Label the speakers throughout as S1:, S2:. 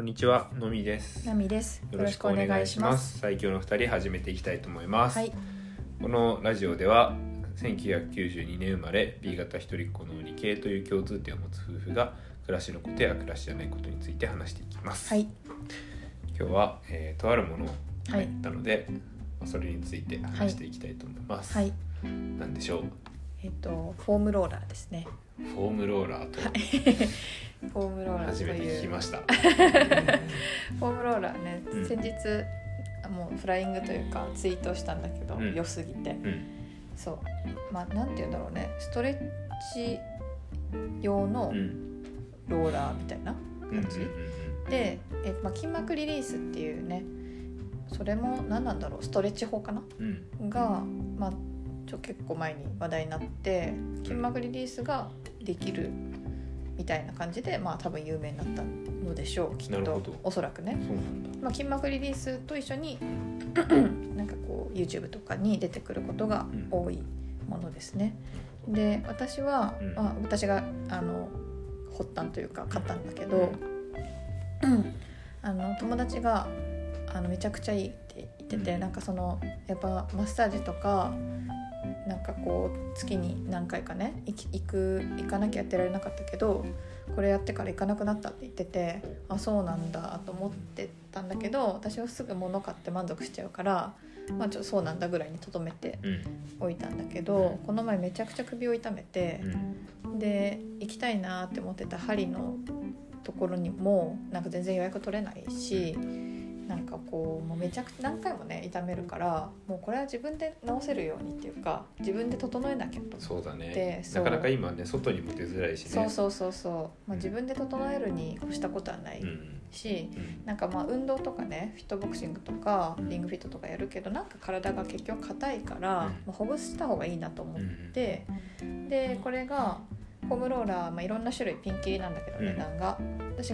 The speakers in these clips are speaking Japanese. S1: んにちは、のみです。
S2: な
S1: よ
S2: みです。よ
S1: ろ
S2: ろ
S1: し
S2: し
S1: く
S2: く
S1: お
S2: お
S1: 願
S2: 願
S1: い
S2: い
S1: し
S2: し
S1: ま
S2: ます。
S1: す。最強の二人始めていきたいと思います。
S2: はい。
S1: このラジオでは1992年生まれ B 型一人っ子の理系という共通点を持つ夫婦が暮らしのことや暮らしじゃないことについて話していきます。
S2: はい。
S1: 今日は、えーとあるものを
S2: は
S1: 入
S2: い。
S1: ったので、まあそれについて話していきたいと思います。
S2: はい。
S1: なんでしょ
S2: えっ、と、フォームローラーですね。
S1: う、フォームローラーと
S2: フォームローラーと
S1: 初めて聞
S2: い
S1: き
S2: う。
S1: ました。
S2: フォームローラーね、
S1: うん
S2: 先日。あもうフライングというか、ツイートしたんだけど、
S1: うん
S2: 良すぎて。
S1: うん、
S2: そう。まあ、なんて言うんだろうね、ストレッチ。用の
S1: うん、
S2: ローラーみたいな。
S1: うん、うん、
S2: 感じで、えまあ、筋膜リリースっていうね。それも何なんだろうストレッチ法かな
S1: うん、うん、
S2: が、まあ、ちょ結構前に話題になって筋膜リリースができるみたいな感じで、まあ、多分有名になったのでしょうきっ
S1: なるほ
S2: と
S1: ど
S2: おそらくね、
S1: そうなんだ。
S2: まあ、筋膜リリースと一 緒になんかこう YouTube とかに出てくることが多いものですね。で私は、
S1: うん
S2: まあ、私があの発端というか買ったんだけど、うんあの友達があのめちゃくちゃいいって言ってて、
S1: うん
S2: なんかそのやっぱマッサージとかなんかこう月に何回かね行き行く行かなきゃやってられなかったけどこれやってから行かなくなったって言っててあそうなんだと思ってたんだけど私はすぐ物買って満足しちゃうから、まあ、ちょっとそうなんだぐらいにとどめて
S1: うん、
S2: おいたんだけどこの前めちゃくちゃ首を痛めて。
S1: うん、
S2: で行きたいなって思ってた針のところにもなんか全然予約取れないしなんかこうもうめちゃくちゃ何回もね痛めるからもうこれは自分で治せるようにっていうか自分で整えなきゃと思って
S1: そうだね
S2: で。そ
S1: な
S2: う
S1: かなか今ね、外にも出づらいしね。
S2: そうそうそうそう、まあ、自分で整えるに越したことはない
S1: うん、
S2: し、
S1: うん、
S2: なんかまあ運動とかねフィットボクシングとか
S1: うん
S2: リングフィットとかやるけどなんか体が結局硬いから、
S1: うん
S2: まあほぐした方がいいなと思って
S1: うん
S2: ででこれがフォームローラー、まあ、いろんな種類ピンキリなんだけど
S1: うん
S2: 値段が、私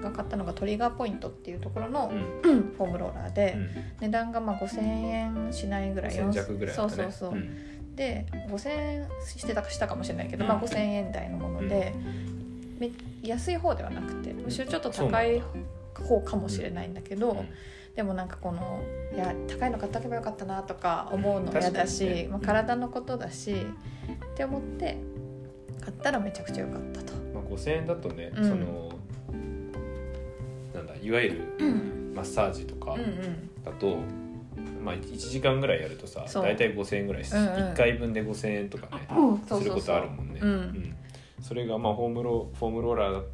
S2: が買ったのがトリガーポイントっていうところの
S1: うん、
S2: フォームローラーで、
S1: うん
S2: 値段がまあ5000円しないぐらい
S1: 先着ぐらいだ
S2: そ
S1: った
S2: うそ
S1: ね
S2: うそう、
S1: ん
S2: で5000円してたかしたかもしれないけ
S1: う
S2: ど、
S1: ん
S2: まあ、5000円台のもので、め安い方ではなくてむしろちょっと高い方かもしれないんだけど、でもなんかこのいや高いの買っておけばよかったなとか思うの嫌だ
S1: 確
S2: し、
S1: かにね
S2: まあ、体のことだし、って思って買ったらめちゃくちゃ良かったと。
S1: まあ、5000円だとね、
S2: うん
S1: そのなんだいわゆる
S2: うん
S1: マッサージとか
S2: うんうん
S1: だと、まあ、1時間ぐらいやるとさ
S2: そう
S1: 大体5000円ぐらいし、
S2: うんうん
S1: 1回分で5000円とかね、
S2: そうそうそう
S1: することあるもんね。
S2: うん
S1: それがまあホームロフォームローラーだっ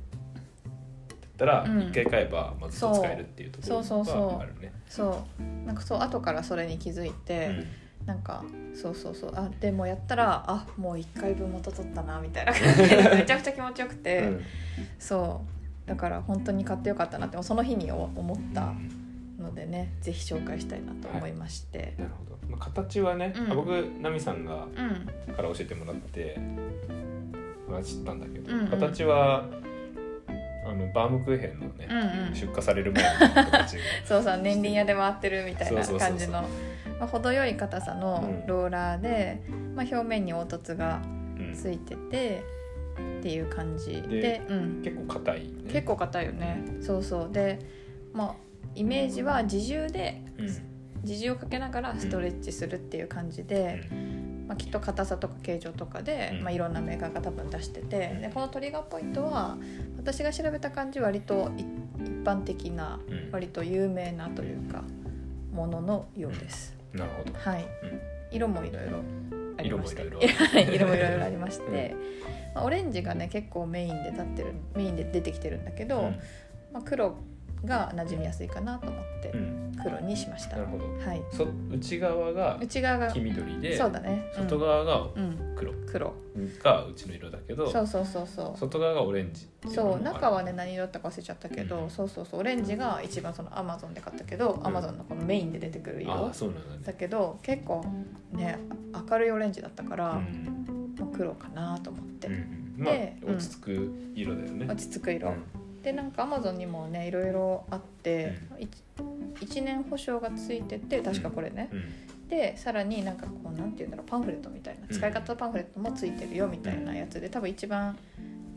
S1: たら
S2: うん
S1: 1回買えばまあずっと使えるっていうところ
S2: そうそうそうそう
S1: があるね。
S2: そうなんかそう後からそれに気づいて、なんかそうそうそうあでもやったらあもう1回分元取ったなみたいな感じ でめちゃくちゃ気持ちよくて、
S1: うん
S2: そうだから本当に買ってよかったなってその日に思った
S1: うん
S2: のでねぜひ紹介したいなと思いまして。
S1: なるほど、まあ、形はね、
S2: うん
S1: あ僕ナミさんが
S2: うん
S1: から教えてもらって、まあ、知ったんだけど、
S2: うんうん
S1: 形はあのバームクーヘンのね、
S2: うんうん
S1: 出荷される前の形 が
S2: そうそう年輪屋で回ってるみたいな
S1: そうそうそうそう
S2: 感じのまあ程よい硬さのローラーで、まあ、表面に凹凸が
S1: うん
S2: ついててっていう感じで
S1: で
S2: うん、
S1: 結構硬い、ね、
S2: 結構硬いよねそうそうでまあイメージは自重で
S1: うん、
S2: 自重をかけながらストレッチするっていう感じで、まあ、きっと硬さとか形状とかで、
S1: うん
S2: まあ、いろんなメーカーが多分出してて
S1: うん
S2: でこのトリガーポイントは私が調べた感じ割とい一般的な
S1: うんうん
S2: 割と有名なというかもののようです。
S1: なるほど
S2: はい、
S1: うん
S2: 色もいろいろありまして
S1: 色もいろいろある
S2: はい色もいろいろあり まして、まあ、オレンジがね結構メインで立ってるメインで出てきてるんだけど、
S1: うん
S2: まあ、黒が馴染みやすいかなと思って
S1: うん
S2: 黒にしました、
S1: なるほど
S2: はい
S1: そ内側が
S2: 内側が
S1: 黄緑で
S2: そうだねうん
S1: 外側が
S2: うん
S1: 黒
S2: 黒
S1: がうちの色だけど
S2: そうそうそうそう
S1: 外側がオレンジっていのも
S2: そ
S1: あ
S2: う
S1: る
S2: 中はね何色だったか忘れちゃったけど、
S1: うん
S2: そうそうそうオレンジが一番そのアマゾンで買ったけど、
S1: ん
S2: アマゾンのこのメインで出てくる色
S1: ああそうなんだ
S2: だ
S1: ね、
S2: けど結構ね明るいオレンジだったから、
S1: うん
S2: まあ黒かなと思って、
S1: うんうんまあ
S2: でうん
S1: 落ち着く色だよね、
S2: 落ち着く色、
S1: うん
S2: でなんかアマゾンにもねいろいろあって、1年保証がついてて確かこれね、
S1: うん
S2: でさらになんかこうなんて言うんだろうパンフレットみたいな
S1: うん
S2: 使い方パンフレットもついてるよみたいなやつで多分一番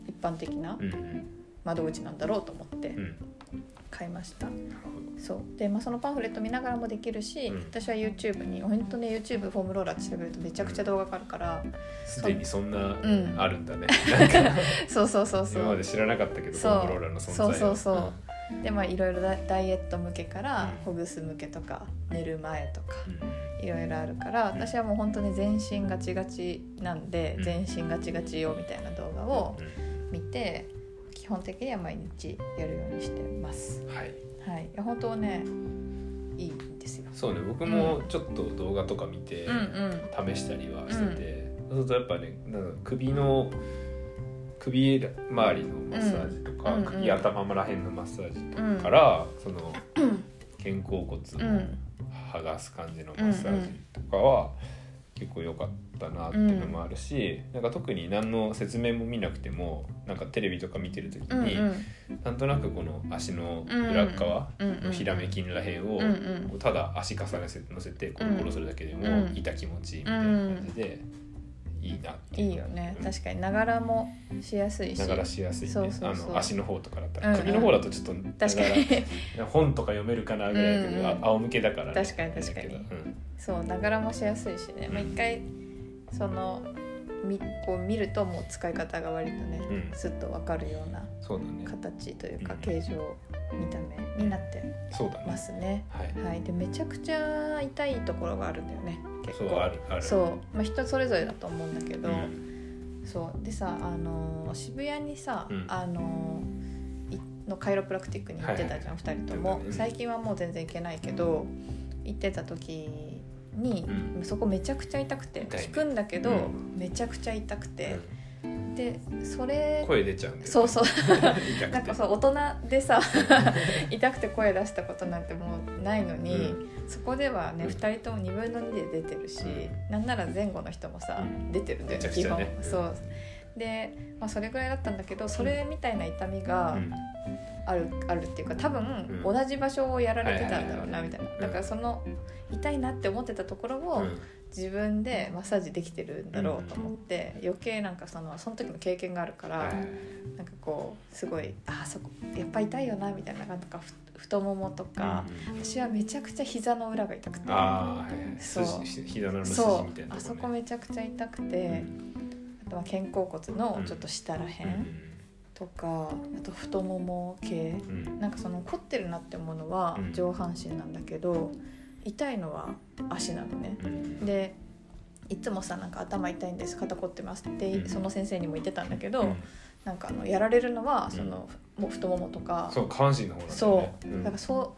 S2: 一般的な
S1: うんうん
S2: 窓口なんだろうと思って
S1: うん
S2: 買いました
S1: なるほど
S2: そうで、まあ、そのパンフレット見ながらもできるし、
S1: うん
S2: 私は YouTube に本当ね YouTube フォームローラーって調べるとめちゃくちゃ動画があるから、
S1: すでにそんな
S2: うん
S1: あるんだね、なんか
S2: そうそうそう そ
S1: 今ま
S2: う
S1: で知らなかったけど
S2: そ
S1: コ
S2: う
S1: ンローラーの存在を
S2: そうそうそうでまあいろいろダダイエット向けから、
S1: うん
S2: ほぐす向けとか寝る前とか
S1: うんうん
S2: いろいろあるから
S1: うん
S2: 私はもう本当に全身ガチガチなんで、
S1: うん
S2: 全身ガチガチよみたいな動画を
S1: う
S2: 見て基本的には毎日やるようにしてます
S1: んはい
S2: はいいや本当ねいいんですよ
S1: そうね僕もちょっと動画とか見て
S2: うんうん
S1: 試したりはしてて、そうするとやっぱねなんか首の首周りのマッサージとか、
S2: うんうん
S1: 首頭らへんのマッサージとかから、そ の肩甲骨を
S2: うん
S1: 剥がす感じのマッサージとかは結構良かったなっていうのもあるし、なんか特に何の説明も見なくてもなんかテレビとか見てる時
S2: うんう
S1: に、
S2: ん
S1: なんとなくこの足の裏っ側
S2: うんう
S1: の
S2: ん
S1: ひらめきらへんを、
S2: うんうん
S1: ただ足重ねせ乗せてコロコロするだけでも
S2: うん
S1: 痛気持ちいいみたいな感じでいいなって
S2: い
S1: いう
S2: いよね確かにながらもしやすいし
S1: ながらしやすいね
S2: そうそうそう
S1: あの足の方とかだったら首
S2: うんう
S1: の
S2: ん
S1: 方だとちょっとながら
S2: 確かに
S1: 本とか読めるかなぐらいだけ
S2: う
S1: ど
S2: んうん
S1: あ仰向けだからね
S2: 確かに確かに
S1: うん
S2: そうながらもしやすいしね
S1: うん
S2: まあ一回そのみこう見るともう使い方が割とね、
S1: うん
S2: すっとわかるような
S1: そうだね
S2: 形というか
S1: うん
S2: 形状見た目になって
S1: そうだ
S2: ま
S1: ね
S2: すね。
S1: はい
S2: はい、でめちゃくちゃ痛いところがあるんだよね結
S1: そう
S2: 構
S1: あるある
S2: そうまあ、人それぞれだと思うんだけ
S1: う
S2: ど、
S1: ん
S2: そうでさ、あのー渋谷にさ、
S1: うん
S2: あのーいのカイロプラクティックに行ってたじゃん、二2人と
S1: 行って
S2: も、
S1: たねうん
S2: 最近はもう全然行けないけど行ってた時に、
S1: うん
S2: そこめちゃくちゃ痛くて
S1: 痛いね
S2: 聞くんだけど、
S1: う
S2: めちゃくちゃ痛くて、でそ
S1: うん
S2: れ
S1: 声出ちゃうんだよね
S2: そ うそう
S1: 痛
S2: な
S1: く
S2: ん
S1: て
S2: かそう大人で さ痛くて声出したことなんてもうないのに、
S1: う
S2: そこではね、
S1: うん
S2: 2人とも2分の2で出てるし、
S1: う
S2: なんなら前後の人もさ、
S1: うん
S2: 出てるんだよね
S1: めち
S2: 基
S1: ゃくちゃ
S2: 本
S1: ね
S2: そうで、まあ、それぐらいだったんだけどそれみたいな痛みが
S1: うん
S2: ある,、あるっていうか多分
S1: うん
S2: 同じ場所をやられてたんだろう
S1: は
S2: ない
S1: はいはいはい
S2: みたいな
S1: うん
S2: だからその痛いなって思ってたところ
S1: う
S2: を
S1: ん
S2: 自分でマッサージできてるんだろうと思って余計なんかそのその時の経験があるから。
S1: はいはい
S2: なんかこうすごいあーそこやっぱ痛いよなみたいななんかふ太ももとか、
S1: うん
S2: 私はめちゃくちゃ膝の裏が痛くて
S1: ああはいはい
S2: そう
S1: 筋膝の筋
S2: そ
S1: みたいうな
S2: あそ
S1: ね
S2: こめちゃくちゃ痛くて、
S1: うん
S2: あとは肩甲骨のちょっと下らへんとか、あと太もも系
S1: うんうん
S2: なんかその凝ってるなってものは
S1: うん
S2: 上半身なんだけど、痛いのは足なのね。
S1: うん
S2: でいつもさなんか頭痛いんです肩凝ってますって
S1: うん
S2: その先生にも言ってたんだけど、
S1: うん
S2: なんかあのやられるのは
S1: うん
S2: その、もう太ももとか
S1: そう下半身の方なんだよね
S2: そう、
S1: ん
S2: だからそ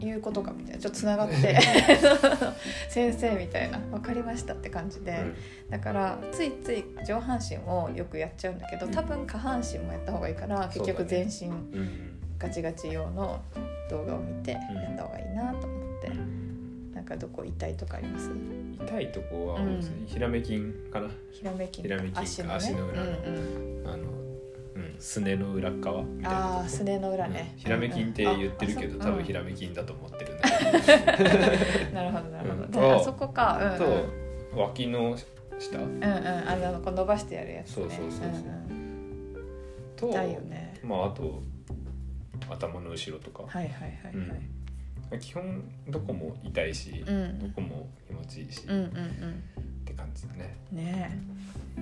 S2: ういうことかみたいなちょっとつながって 先生みたいな分かりましたって感じで、だからついつい上半身をよくやっちゃうんだけど多分下半身もやった方がいいから
S1: そう
S2: 結
S1: だね
S2: 局全身
S1: うんうん
S2: ガチガチ用の動画を見てや
S1: うん
S2: った方がいいなと思って、なんかどこ痛いとかあります
S1: 痛いとこは
S2: うん
S1: ひらめきかな、
S2: ひらめき
S1: ひらめき
S2: 足の,、ね、
S1: 足の裏の
S2: うんうん
S1: あの、うん、すねの裏側みたいな
S2: ああすねの裏ね、
S1: ひらめきんって言ってるけど、多分ひ
S2: ら
S1: らめきんだと思ってるんだけ
S2: なるほどなるほど、
S1: うん
S2: だからあそこか、うんうん、
S1: ど、と脇の下
S2: うんうん、あのこう伸ばしてやるやつね。
S1: そうそうそうそうんと
S2: ん、痛いよね。
S1: まああと頭の後ろとか、
S2: はいはいはいはい。
S1: 基本どこも痛いし、
S2: うん、
S1: どこも気持ちいいし、
S2: うん、うん
S1: っ
S2: うん
S1: て感じだね
S2: ね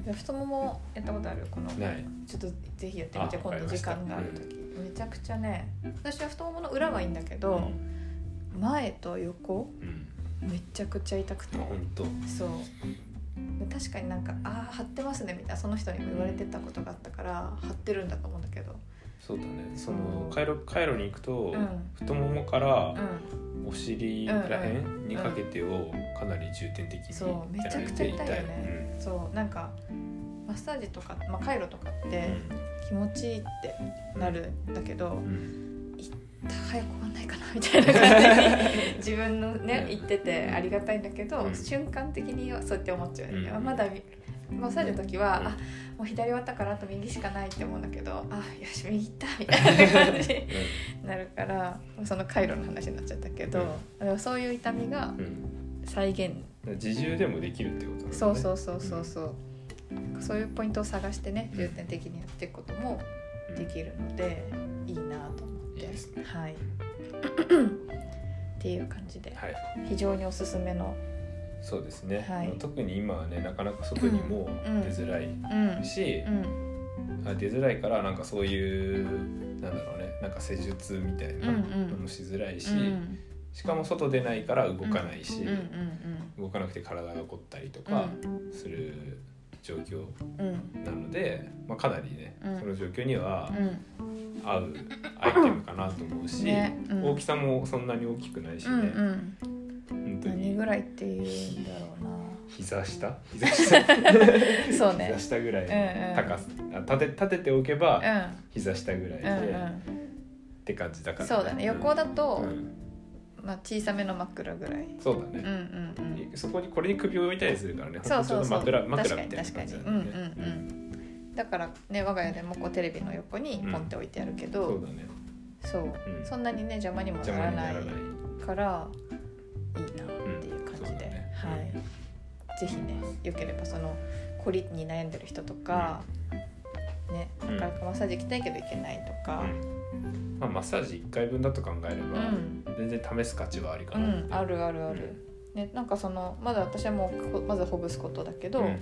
S2: え。太ももやったことあるこの。
S1: ない
S2: ちょっとぜひやってみて
S1: あわ
S2: 今
S1: かり
S2: 度
S1: ま
S2: 時
S1: した
S2: 間がある時。めちゃくちゃね。私は太ももの裏はいいんだけ
S1: う
S2: ど、
S1: ん
S2: 前と横
S1: うん、
S2: めちゃくちゃ痛くて
S1: あ。本当
S2: そう。で確かになんかああ張ってますねみたいなその人にも言われてたことがあったから張ってるんだと思うんだけど。
S1: そうだね
S2: そ
S1: そうのカイロカイロに行くと、
S2: うん
S1: 太ももから
S2: うん。
S1: お尻らへんにかけてをかなり重点的に
S2: そうめちゃくちゃ痛いよね。そうなんかマッサージとか、まあ、カイロとかっ
S1: やら
S2: て
S1: れて痛い
S2: 気持ちいいって
S1: うん
S2: なるんだけど、
S1: うんうん
S2: 早く終わんないかなみたいな感じに自分のね言っててありがたいんだけど、
S1: うん
S2: 瞬間的にそうやって思っちゃうよね、
S1: うん
S2: まだみマッサージの時は、
S1: うん
S2: あもう左終わったからあと右しかないって思うんだけどあよし右行ったみたいな感じになるからその回路の話になっちゃったけど、でもそういう痛みが
S1: うんうんだか
S2: 再現
S1: ら自重でもできるってことなんだね
S2: そうそうそうそうそう、なんかそういうポイントを探してね重点的にやっていくこともできるので、いいなと思っ
S1: いい
S2: て
S1: ですね
S2: はいっていう感じで
S1: はい
S2: 非常におすすめの
S1: そうですね、
S2: はい
S1: 特に今はねなかなか外にも
S2: うん
S1: 出づらい
S2: うん
S1: し、
S2: うん
S1: あ出づらいからなんかそういうなんだろうねなんか施術みたいな
S2: うんうん
S1: のもしづらいし、
S2: うん
S1: しかも外出ないから動かないし、
S2: うんうん
S1: 動かなくて体が凝ったりと
S2: うん
S1: かする状況
S2: うんうん
S1: なので、まあ、かなりね、
S2: うん
S1: その状況には
S2: うん
S1: 合うアイテムかなと思うし、
S2: ねうん
S1: 大きさもそんなに大きくないし
S2: うん
S1: ね、
S2: うん
S1: 本当
S2: 何
S1: に
S2: ぐらいっていうんだろ う
S1: 膝下膝下
S2: なそうね
S1: 膝下ぐらい
S2: うんうん
S1: の高さ、あ立て立てておけば
S2: う
S1: 膝下ぐらいで、
S2: んうん
S1: って感じだか
S2: うん
S1: ら、
S2: そうだね横だと、
S1: うん
S2: まあ、小さめの枕ぐらい
S1: そうだ
S2: うんう
S1: ね、
S2: んうん
S1: そこにこれに首を置いたりするからね
S2: そうそうそう
S1: 本当にちょっと枕
S2: 確か
S1: 枕
S2: に
S1: みたいな
S2: 確か
S1: 感
S2: に
S1: じ
S2: う
S1: なんん
S2: う
S1: だ
S2: ん
S1: よ
S2: う
S1: ね、
S2: んだからね我が家でもこうテレビの横にポンって置いてあるけど、
S1: そうだね
S2: そう、
S1: うん
S2: そんなにね邪魔にも
S1: 邪
S2: な
S1: 魔
S2: ら
S1: にな
S2: な
S1: らないい
S2: からいいなっていう感じ
S1: うん
S2: で、
S1: そうだね
S2: はい、ぜひねよければその凝りに悩んでる人とか、ね
S1: う
S2: なんかなかマッサージ行きたいけど行けないとか、
S1: うんまあ、マッサージ1回分だと考えれ
S2: う
S1: ば、
S2: ん
S1: 全然試す価値はありか
S2: う
S1: な、
S2: ん、あるあるある、ね、なんかそのまだ私はもうこまずほぐすことだけど、
S1: うん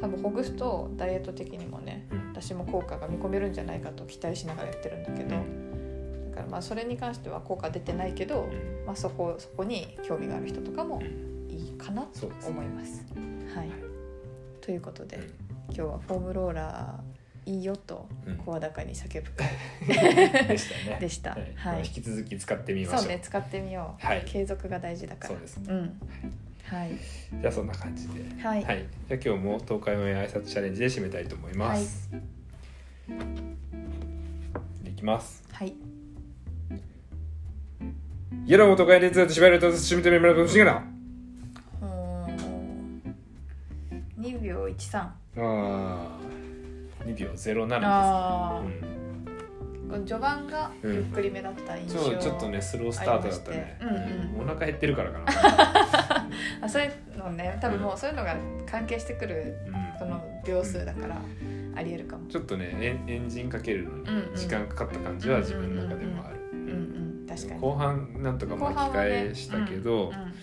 S2: 多分ほぐすとダイエット的にもね
S1: うん
S2: 私も効果が見込めるんじゃないかと期待しながらやってるんだけど、だからまあそれに関しては効果出てないけど、
S1: うん
S2: まあ、そこそこに興味がある人とかも
S1: うん
S2: いいかな
S1: そ
S2: と
S1: うですね
S2: 思います。はい、ということで、
S1: うん
S2: 今日はフォームローラーいいよと
S1: うん
S2: 声高に叫ぶ会
S1: でしたね
S2: でした。
S1: はい
S2: はい、
S1: 引き続き使ってみましょう
S2: そうね使ってみよう、
S1: はい
S2: 継続が大事だから
S1: そうですね
S2: んはい
S1: じゃあそんな感じで
S2: はい
S1: はい、じゃあ今日も東海オンエア挨拶チャレンジで締めたいと思います。でいきます。
S2: はい
S1: 世の東海列だとしばらくと締めてみましょうか
S2: ほー2秒13
S1: ああ、2秒07
S2: あ
S1: です、ね
S2: ーこの序盤が
S1: うん
S2: ゆっくりめだった
S1: う
S2: 印
S1: ん。
S2: 象、
S1: そうちょっとねスロースタートだったね
S2: あ。りましてうんう
S1: お腹減ってるからかな。
S2: あそういうのね多分もうそういうのが関係してくる
S1: うん
S2: その秒数だからありえるかも
S1: ちょっとねエンエンジンかけるのに
S2: うんうん
S1: 時間かかった感じは自分の中でもある。
S2: うんうん確かに
S1: 後半なんとか巻き返したけど、
S2: 後半はね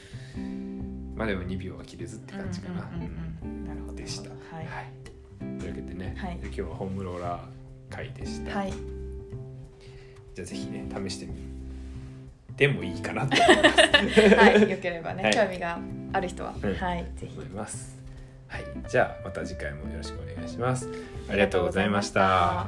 S1: まあでも2秒は切れずって
S2: うんうん
S1: 感じかな。
S2: うんうんうんなるほど
S1: でした
S2: はい
S1: はい、というわけでね、
S2: はい
S1: 今日はホームローラー会で した、
S2: はい
S1: じゃあぜひね試してみてもいいかなと
S2: はい、よければね、
S1: はい
S2: 興味がある人は、
S1: うん
S2: はい、ぜひ
S1: 思い。ますはいじゃあまた次回もよろしくお願いしますありがとうございました